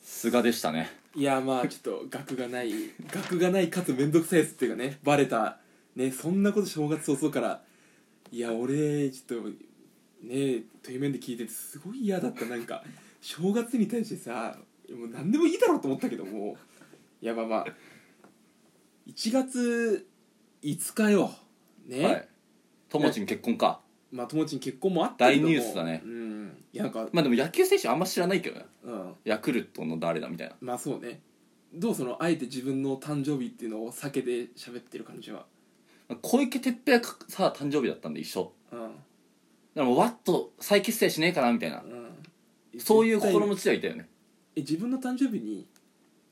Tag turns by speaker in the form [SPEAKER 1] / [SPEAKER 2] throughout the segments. [SPEAKER 1] 菅でしたね
[SPEAKER 2] いやまあちょっと学がない 学がないかつ面倒くさいやつっていうかねバレたねそんなこと正月早々からいや俺ちょっとねという面で聞いててすごい嫌だったなんか正月に対してさもう何でもいいだろうと思ったけどもいやまあまあ1月5日よね、
[SPEAKER 1] はい友達に結婚か
[SPEAKER 2] まあ友達に結婚もあったけども
[SPEAKER 1] 大ニュースだね
[SPEAKER 2] うんいやなんか
[SPEAKER 1] まあでも野球選手あんま知らないけどね
[SPEAKER 2] うん
[SPEAKER 1] ヤクルトの誰だみたいな
[SPEAKER 2] まあそうねどうそのあえて自分の誕生日っていうのを避けて喋ってる感じは
[SPEAKER 1] 小池徹平がさ誕生日だったんで一緒
[SPEAKER 2] うん
[SPEAKER 1] だからもうわっと再結成しねえかなみたいな
[SPEAKER 2] うん
[SPEAKER 1] そういう
[SPEAKER 2] 絶対
[SPEAKER 1] 心持ちではいたよね
[SPEAKER 2] え自分の誕生日に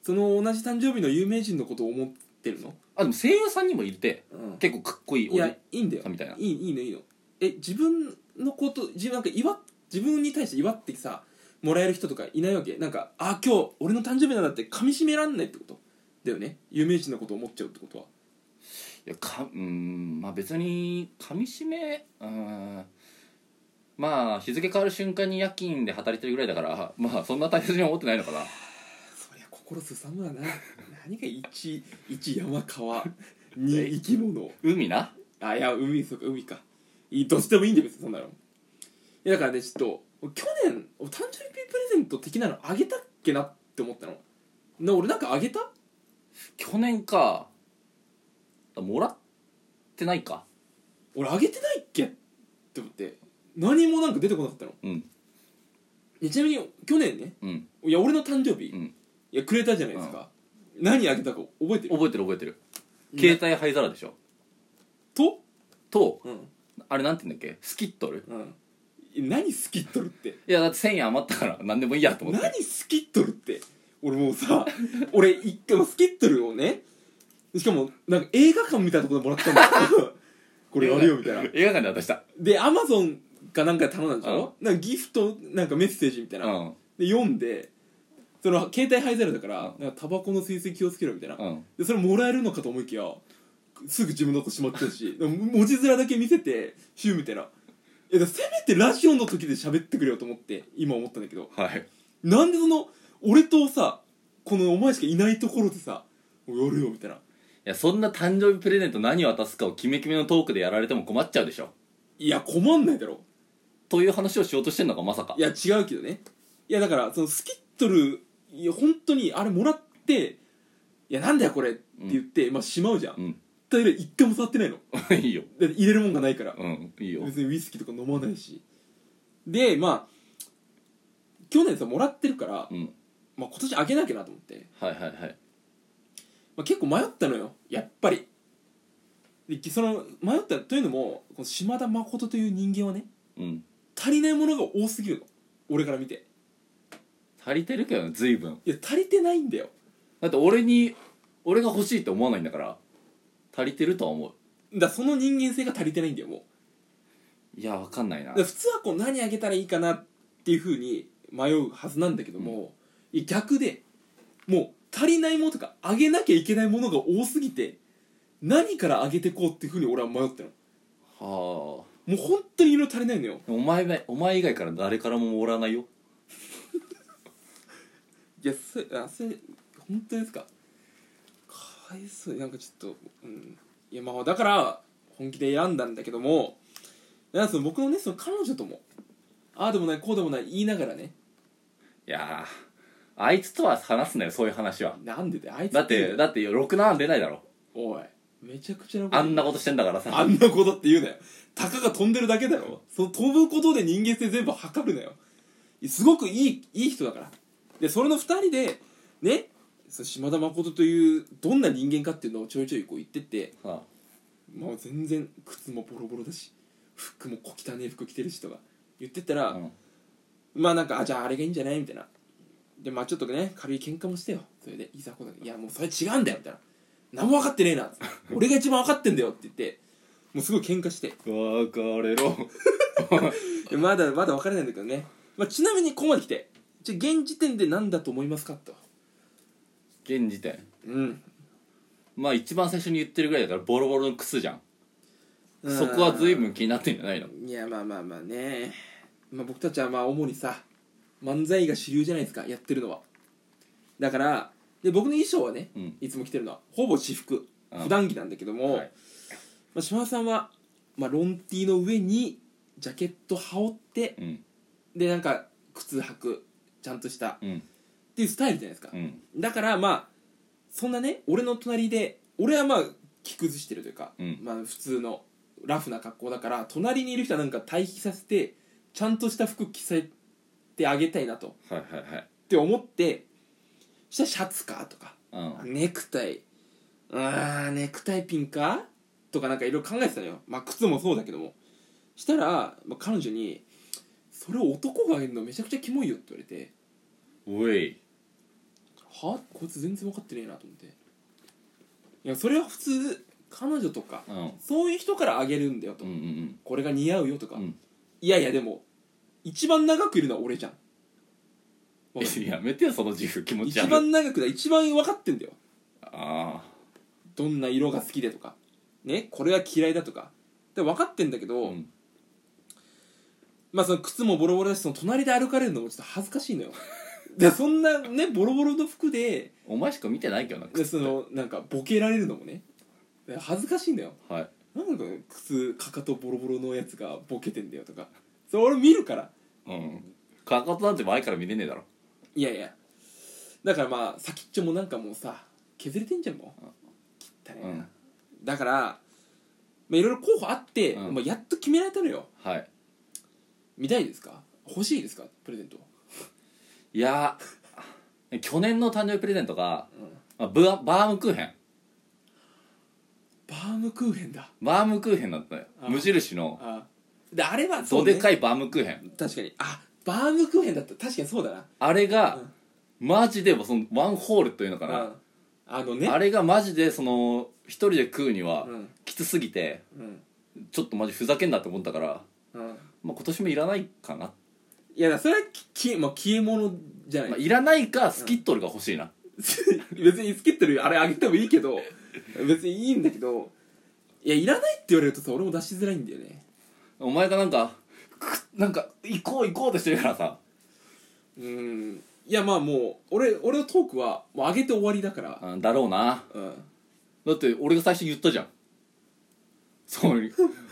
[SPEAKER 2] その同じ誕生日の有名人のことを思ってるの、
[SPEAKER 1] あでも声優さんにもいて
[SPEAKER 2] うん、
[SPEAKER 1] 結構かっこいい
[SPEAKER 2] いや
[SPEAKER 1] 俺
[SPEAKER 2] いいんだよ
[SPEAKER 1] さんみたいない
[SPEAKER 2] いいいのいいのえ自分のこと自分なんか祝っ自分に対して祝ってさもらえる人とかいないわけなんかあ今日俺の誕生日なんだって噛みしめらんないってことだよね有名人のことを思っちゃうってことはい
[SPEAKER 1] やかうーんまあ別にかみしめうーんまあ日付変わる瞬間に夜勤で働いてるぐらいだからまあそんな大切に思ってないのかな
[SPEAKER 2] そりゃ心すさむ わな何が一一山川 二生き物
[SPEAKER 1] 海な
[SPEAKER 2] あいや海そっか海かいいどっちでもいいんだよ別にそんなのいやだからねちょっと去年お誕生日プレゼント的なのあげたっけなって思ったのな俺なんかあげた
[SPEAKER 1] 去年かもらってないか
[SPEAKER 2] 俺あげてないっけって思って何もなんか出てこなかったの
[SPEAKER 1] うん
[SPEAKER 2] いやちなみに去年ね
[SPEAKER 1] うん
[SPEAKER 2] いや俺の誕生日、
[SPEAKER 1] うん
[SPEAKER 2] いやくれたじゃないですか、何あげたか覚えてる
[SPEAKER 1] 覚えてる覚えてる
[SPEAKER 2] な
[SPEAKER 1] 携帯灰皿でしょ
[SPEAKER 2] と
[SPEAKER 1] と
[SPEAKER 2] うん
[SPEAKER 1] あれなんて言うんだっけスキットル
[SPEAKER 2] うんいや何スキットルって
[SPEAKER 1] いやだって1000円余ったから何でもいいやと思って
[SPEAKER 2] 何スキットルって俺もうさ 俺一回もスキットルをねしかもなんか映画館みたいなところでもらったんだよ これやるよみたいな
[SPEAKER 1] 映画館で渡した
[SPEAKER 2] でアマゾンかなんかで頼んだんでしょ、なんかギフトなんかメッセージみたいうな、
[SPEAKER 1] ん
[SPEAKER 2] で読んでその携帯灰皿だから、
[SPEAKER 1] うん
[SPEAKER 2] なんかタバコの水水気をつけろみたいな、
[SPEAKER 1] うん
[SPEAKER 2] でそれもらえるのかと思いきやすぐ自分のことしまってるしでも文字面だけ見せてシューみたいなえだからせめてラジオの時で喋ってくれよと思って今思ったんだけど
[SPEAKER 1] はい
[SPEAKER 2] なんでその俺とさこのお前しかいないところでさ「おやるよ」みたいない
[SPEAKER 1] やそんな誕生日プレゼント何渡すかをキメキメのトークでやられても困っちゃうでしょ
[SPEAKER 2] いや困んないだろ
[SPEAKER 1] という話をしようとしてんのかまさか
[SPEAKER 2] いや違うけどねいやだからそのスキットルいや本当にあれもらって「いやなんだよこれ」って言って、まあしまうじゃん、
[SPEAKER 1] うん
[SPEAKER 2] だけど一回も触ってないの
[SPEAKER 1] いいよ
[SPEAKER 2] だって入れるもんがないから
[SPEAKER 1] うんいいよ
[SPEAKER 2] 別にウイスキーとか飲まないしでまあ去年さもらってるから、
[SPEAKER 1] うん
[SPEAKER 2] まあ、今年あげなきゃなと思って
[SPEAKER 1] はいはいはい
[SPEAKER 2] まあ、結構迷ったのよやっぱりでその迷ったというのもこの島田誠という人間はね
[SPEAKER 1] うん
[SPEAKER 2] 足りないものが多すぎるの俺から見て
[SPEAKER 1] 足りてるけどね随分
[SPEAKER 2] いや足りてないんだよ
[SPEAKER 1] だって俺に俺が欲しいって思わないんだから足りてるとは思う
[SPEAKER 2] だからその人間性が足りてないんだよも
[SPEAKER 1] いやわかんないう
[SPEAKER 2] だ
[SPEAKER 1] な
[SPEAKER 2] から普通はこう何あげたらいいかなっていうふうに迷うはずなんだけども、いや逆でもう足りないものとかあげなきゃいけないものが多すぎて何からあげてこうっていうふうに俺は迷った
[SPEAKER 1] は
[SPEAKER 2] の
[SPEAKER 1] あ
[SPEAKER 2] もう本当に色々足りないのよ
[SPEAKER 1] お前はお前以外から誰からももらわないよ
[SPEAKER 2] いやそれあそれ本当ですかかわいそうなんかちょっとうんいやまあだから本気で選んだんだけどもなんかその僕のねその彼女ともああでもないこうでもない言いながらね
[SPEAKER 1] いやーあいつとは話すなよそういう話は
[SPEAKER 2] なんでだよあいつ
[SPEAKER 1] だってだってろくな案出ないだろ
[SPEAKER 2] おいめちゃくちゃなこと
[SPEAKER 1] あんなことしてんだから
[SPEAKER 2] あ
[SPEAKER 1] さ
[SPEAKER 2] んなことって言うなよたかが飛んでるだけだよその飛ぶことで人間性全部測るなよすごくいいいい人だからでそれの2人でねその島田誠というどんな人間かっていうのをちょいちょいこう言ってって
[SPEAKER 1] は
[SPEAKER 2] まあ、全然靴もボロボロだし服も小汚い服着てるしとか言ってった
[SPEAKER 1] あ
[SPEAKER 2] ら、
[SPEAKER 1] うん
[SPEAKER 2] まあなんかあじゃああれがいいんじゃないみたいなでまあちょっとね軽い喧嘩もしてよそれでいざこざいやもうそれ違うんだよみたいな何も分かってねえな俺が一番分かってんだよって言ってもうすごい喧嘩して
[SPEAKER 1] 別れろ
[SPEAKER 2] でまだまだ分からないんだけどね、まあ、ちなみにここまで来てじゃあ現時点で何だと思いますかと
[SPEAKER 1] 現時点
[SPEAKER 2] うん
[SPEAKER 1] まあ一番最初に言ってるぐらいだからボロボロの靴じゃんそこは随分気になってんじゃないの
[SPEAKER 2] いやまあまあまあね、まあ、僕たちはまあ主にさ漫才が主流じゃないですかやってるのはだからで僕の衣装はね、
[SPEAKER 1] うん
[SPEAKER 2] いつも着てるのはほぼ私服
[SPEAKER 1] うん
[SPEAKER 2] 普段着なんだけども、
[SPEAKER 1] はい
[SPEAKER 2] まあ、島田さんは、まあ、ロンティーの上にジャケット羽織って
[SPEAKER 1] うん
[SPEAKER 2] でなんか靴履くちゃんとしたっ
[SPEAKER 1] うん
[SPEAKER 2] ていうスタイルじゃないですか
[SPEAKER 1] う、ん
[SPEAKER 2] だからまあそんなね俺の隣で俺はまあ着崩してるというか、
[SPEAKER 1] うん
[SPEAKER 2] まあ、普通のラフな格好だから隣にいる人はなんか待機させてちゃんとした服着せてあげたいなと
[SPEAKER 1] はいはいはい
[SPEAKER 2] って思ってそしたらシャツかとか
[SPEAKER 1] うん
[SPEAKER 2] ネクタイあーネクタイピンかとかなんかいろいろ考えてたのよまあ靴もそうだけどもしたら、まあ、彼女に「それを男があげるのめちゃくちゃキモいよ」って言われ
[SPEAKER 1] お
[SPEAKER 2] て
[SPEAKER 1] い
[SPEAKER 2] 「はこいつ全然分かってねえな」と思っていやそれは普通彼女とか
[SPEAKER 1] うんうん
[SPEAKER 2] そういう人からあげるんだよと、
[SPEAKER 1] うん
[SPEAKER 2] これが似合うよとか、
[SPEAKER 1] うん
[SPEAKER 2] いやいやでも一番長くいるのは俺じゃん
[SPEAKER 1] うんやめてよその自負気持ち
[SPEAKER 2] 一
[SPEAKER 1] 悪い
[SPEAKER 2] 番長くだ一番分かってんだよ
[SPEAKER 1] あ
[SPEAKER 2] どんな色が好きでとかねこれは嫌いだとかで分かってんだけ
[SPEAKER 1] あ
[SPEAKER 2] ど、
[SPEAKER 1] うん
[SPEAKER 2] まあその靴もボロボロだしその隣で歩かれるのもちょっと恥ずかしいのよでそんなねボロボロの服で
[SPEAKER 1] お前しか見てないけどな
[SPEAKER 2] でそのなんかボケられるのもねで恥ずかしいのよ
[SPEAKER 1] はい
[SPEAKER 2] なんか靴かかとボロボロのやつがボケてんだよとかそれ俺見るから
[SPEAKER 1] うんかかとなんて前から見れねえだろ
[SPEAKER 2] いやいやだからまあ先っちょもなんかもうさ削れてんじゃんもう切ったね、
[SPEAKER 1] うん
[SPEAKER 2] だから、まあ、いろいろ候補あって、
[SPEAKER 1] うん
[SPEAKER 2] まあ、やっと決められたのよ
[SPEAKER 1] はい
[SPEAKER 2] 見たいですか欲しいですかプレゼント
[SPEAKER 1] いやー去年の誕生日プレゼントが、
[SPEAKER 2] ん
[SPEAKER 1] まあ、ブワバームクーヘン
[SPEAKER 2] バームクーヘンだ
[SPEAKER 1] バームクーヘンだったよ
[SPEAKER 2] あ
[SPEAKER 1] 無印の
[SPEAKER 2] あであれは
[SPEAKER 1] どでか
[SPEAKER 2] い
[SPEAKER 1] いバームクーヘン
[SPEAKER 2] 確かにあバームクーヘンだった確かにそうだな
[SPEAKER 1] あれが、マジでもうそのワンホールというのかな、
[SPEAKER 2] うんあのね
[SPEAKER 1] あれがマジでその一人で食うには
[SPEAKER 2] うん
[SPEAKER 1] きつすぎて、
[SPEAKER 2] うん
[SPEAKER 1] ちょっとマジふざけんなって思ったから、
[SPEAKER 2] うん
[SPEAKER 1] まあ、今年もいらないかな、
[SPEAKER 2] いやだからそれはきもう消え物じゃない、
[SPEAKER 1] まあ、いらないかスキットルが欲しいな、
[SPEAKER 2] 別につけてるあれあげてもいいけど別にいいんだけどいやいらないって言われるとさ俺も出しづらいんだよね
[SPEAKER 1] お前がなんかくなんか行こう行こうとしてるからさ
[SPEAKER 2] うんいやまあもう俺俺のトークはもうあげて終わりだから
[SPEAKER 1] うんだろうな
[SPEAKER 2] うん
[SPEAKER 1] だって俺が最初言ったじゃんそ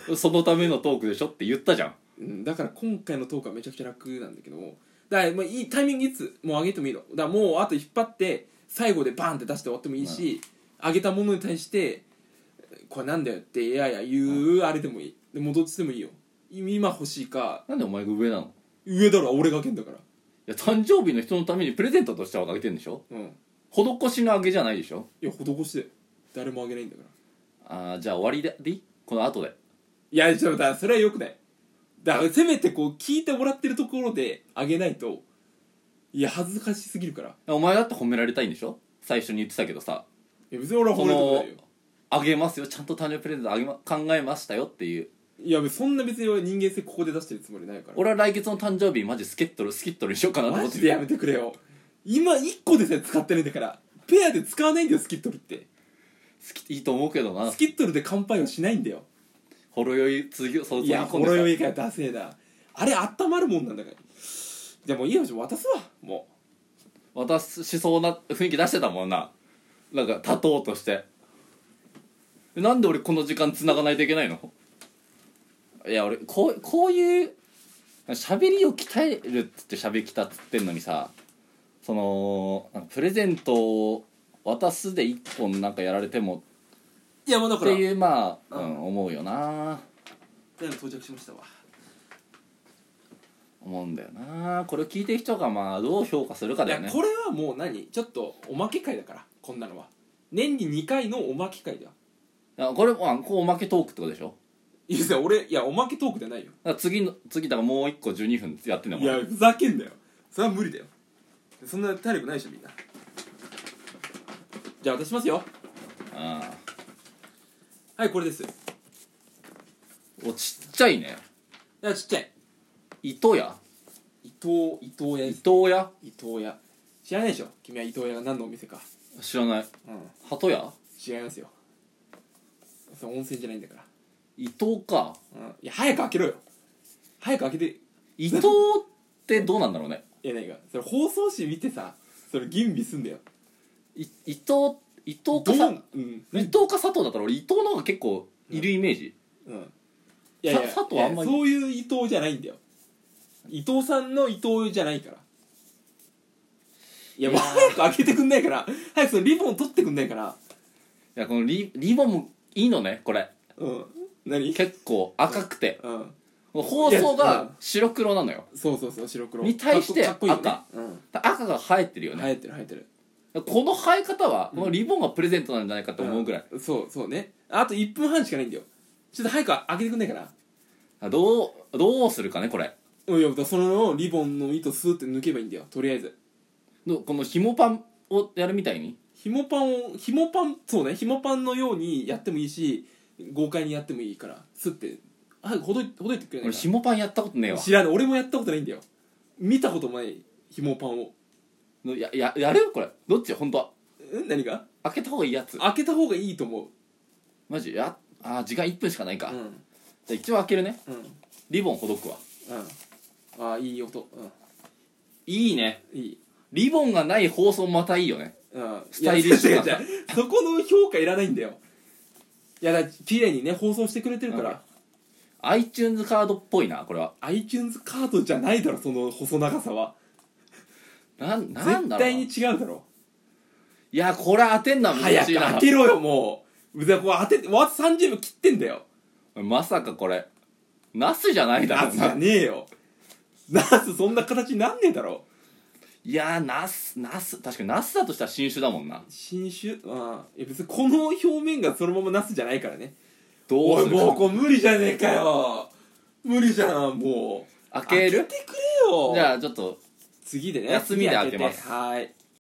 [SPEAKER 1] うそのためのトークでしょって言ったじゃん
[SPEAKER 2] うん、だから今回のトークはめちゃくちゃ楽なんだけどもだからまあいいタイミングいつもう上げてもいいのだからもうあと引っ張って最後でバンって出して終わってもいいし、上げたものに対して「これなんだよ」っていやいや言うあれでもいいでもどっちでもいいよ今欲しいか
[SPEAKER 1] なんでお前が上なのい
[SPEAKER 2] 上だろ俺がけんだから
[SPEAKER 1] や誕生日の人のためにプレゼントとしてはあげてんでしょ
[SPEAKER 2] うん
[SPEAKER 1] 施しのあげじゃないでしょ
[SPEAKER 2] いや施して誰もあげないんだから
[SPEAKER 1] あーじゃあ終わりででいいこの後で
[SPEAKER 2] いやちょっとだからそれはよくないだからせめてこう聞いてもらってるところであげないといや恥ずかしすぎるから
[SPEAKER 1] お前だって褒められたいんでしょ最初に言ってたけどさ
[SPEAKER 2] いや別に俺は褒めたくないよ
[SPEAKER 1] あげますよちゃんと誕生日プレゼントあげ、ま、考えましたよっていう
[SPEAKER 2] いやそんな別に俺人間性ここで出してるつもりないから
[SPEAKER 1] 俺は来月の誕生日マジスケットルスキットルにしようかなと思
[SPEAKER 2] マ
[SPEAKER 1] って
[SPEAKER 2] ジでやめてくれよ今1個でさえ使ってるんだからペアで使わないんだよスキットルって
[SPEAKER 1] スキいいと思うけどな
[SPEAKER 2] スキットルで乾杯をしないんだよ
[SPEAKER 1] ほろ酔い次そう
[SPEAKER 2] いや
[SPEAKER 1] そ
[SPEAKER 2] ほ
[SPEAKER 1] う
[SPEAKER 2] ろ酔いがダセえなあれ温まるもんなんだからじゃあもういいよ渡すわも
[SPEAKER 1] 渡しそうな雰囲気出してたもんななんか立とうとしてなんで俺この時間繋がないといけないのいや俺こうこういう喋りを鍛えるっつって喋りきたっつってんのにさそのなんかプレゼントを渡すで一本なんかやられても
[SPEAKER 2] ういやもうだ
[SPEAKER 1] っていうまあ、うん、思うよな
[SPEAKER 2] 到着しましたわ
[SPEAKER 1] 思うんだよなこれを聞いてる人がまあどう評価するか
[SPEAKER 2] い
[SPEAKER 1] だよ
[SPEAKER 2] や
[SPEAKER 1] ね
[SPEAKER 2] これはもう何ちょっとおまけ会だからこんなのは年に2回のおまけ会だよ
[SPEAKER 1] あこれあこうおまけトークってことでしょ
[SPEAKER 2] いやそれ俺いやおまけトークじゃないよ
[SPEAKER 1] だから次の次だからもう1個12分やってんだも
[SPEAKER 2] い
[SPEAKER 1] ん
[SPEAKER 2] やふざけんなよそれは無理だよそんな体力ないでしょみんなじゃあ渡しますよ
[SPEAKER 1] あ
[SPEAKER 2] はいこれですい
[SPEAKER 1] ーおちっちゃいね
[SPEAKER 2] やちっちゃい
[SPEAKER 1] 糸屋
[SPEAKER 2] 伊藤伊藤屋です
[SPEAKER 1] 糸屋
[SPEAKER 2] 伊藤屋知らないでしょ君は伊藤屋が何のお店か
[SPEAKER 1] 知らない
[SPEAKER 2] うん
[SPEAKER 1] 鳩屋
[SPEAKER 2] 違いますよそれ温泉じゃないんだから
[SPEAKER 1] 伊藤か
[SPEAKER 2] うんいや早く開けろよ早く開けて
[SPEAKER 1] 伊藤ってどうなんだろうね
[SPEAKER 2] いやなんかそれ放送紙見てさそれ吟味すんだよ
[SPEAKER 1] い伊藤伊藤
[SPEAKER 2] ど
[SPEAKER 1] かさ
[SPEAKER 2] ううん
[SPEAKER 1] 伊藤か佐藤だったら俺伊藤の方が結構いるイメージ、
[SPEAKER 2] うんいやいや
[SPEAKER 1] さ佐藤はあんまり
[SPEAKER 2] いやそういう伊藤じゃないんだよ伊藤さんの伊藤じゃないからいや
[SPEAKER 1] いやー
[SPEAKER 2] 早く開けてくんないから早くそのリボン取ってくんないから
[SPEAKER 1] いやこのリリボンもいいのねこれ
[SPEAKER 2] うん何
[SPEAKER 1] 結構赤くて
[SPEAKER 2] うん
[SPEAKER 1] 放送が白黒なのよ
[SPEAKER 2] そうそうそう白黒
[SPEAKER 1] に対して
[SPEAKER 2] かっこかっこいいよね
[SPEAKER 1] 赤が生えてるよ
[SPEAKER 2] うん
[SPEAKER 1] ね、
[SPEAKER 2] 生えてる生えてる
[SPEAKER 1] この生え方は
[SPEAKER 2] うん
[SPEAKER 1] このリボンがプレゼントなんじゃないかと思うぐらい、
[SPEAKER 2] んそうそうねあと1分半しかないんだよちょっと早く開けてくんないから
[SPEAKER 1] あどうどうするかねこれ
[SPEAKER 2] うんいやだからそのリボンの糸スーって抜けばいいんだよとりあえず
[SPEAKER 1] のこの紐パンをやるみたいに
[SPEAKER 2] ひもパンをひもパンそうねひもパンのようにやってもいいし豪快にやってもいいからスッて早くほどいほどいてくれない
[SPEAKER 1] 俺
[SPEAKER 2] か
[SPEAKER 1] 紐パンやったことねえ
[SPEAKER 2] ら
[SPEAKER 1] わ
[SPEAKER 2] 知らない俺もやったことないんだよ見たこともないひもパンを
[SPEAKER 1] のやややるこれどっち本当は
[SPEAKER 2] ん何が
[SPEAKER 1] 開けた方がいいやつ
[SPEAKER 2] 開けた方がいいと思う
[SPEAKER 1] マジやあー時間1分しかないか、
[SPEAKER 2] う
[SPEAKER 1] じゃ
[SPEAKER 2] ん
[SPEAKER 1] あ一応開けるね
[SPEAKER 2] うん
[SPEAKER 1] リボンほどくわ
[SPEAKER 2] うんああいい音
[SPEAKER 1] いいね
[SPEAKER 2] うんいい
[SPEAKER 1] リボンがない放送またいいよね
[SPEAKER 2] うん
[SPEAKER 1] スタイリッシュ
[SPEAKER 2] いや違う違う違うそこの評価いらないんだよいやだから綺麗にね放送してくれてるから、
[SPEAKER 1] iTunes カードっぽいなこれは
[SPEAKER 2] iTunes カードじゃないだろその細長さは
[SPEAKER 1] なんなん
[SPEAKER 2] 絶
[SPEAKER 1] だろう
[SPEAKER 2] 対
[SPEAKER 1] な
[SPEAKER 2] に
[SPEAKER 1] い
[SPEAKER 2] 違うだろ
[SPEAKER 1] やこれ当てんのは
[SPEAKER 2] 早
[SPEAKER 1] 難し
[SPEAKER 2] く
[SPEAKER 1] いな
[SPEAKER 2] 開けろよもううざこう当ててもうあと30秒切ってんだよ
[SPEAKER 1] まさかこれナスじゃないだ
[SPEAKER 2] ナ
[SPEAKER 1] ろう
[SPEAKER 2] スじゃ
[SPEAKER 1] な
[SPEAKER 2] ねえよナスそんな形になんねえだろ
[SPEAKER 1] いやーナスナス確かにナスだとしたら新種だもんな
[SPEAKER 2] 新種ああいや別にこの表面がそのままナスじゃないからね
[SPEAKER 1] どう
[SPEAKER 2] お
[SPEAKER 1] す
[SPEAKER 2] い
[SPEAKER 1] る
[SPEAKER 2] もう
[SPEAKER 1] か
[SPEAKER 2] これ無理じゃねえかよ無理じゃんもう
[SPEAKER 1] 開ける
[SPEAKER 2] 開けてくれよ
[SPEAKER 1] じゃあちょっと
[SPEAKER 2] 次でね
[SPEAKER 1] 休みで開けます
[SPEAKER 2] 次はーい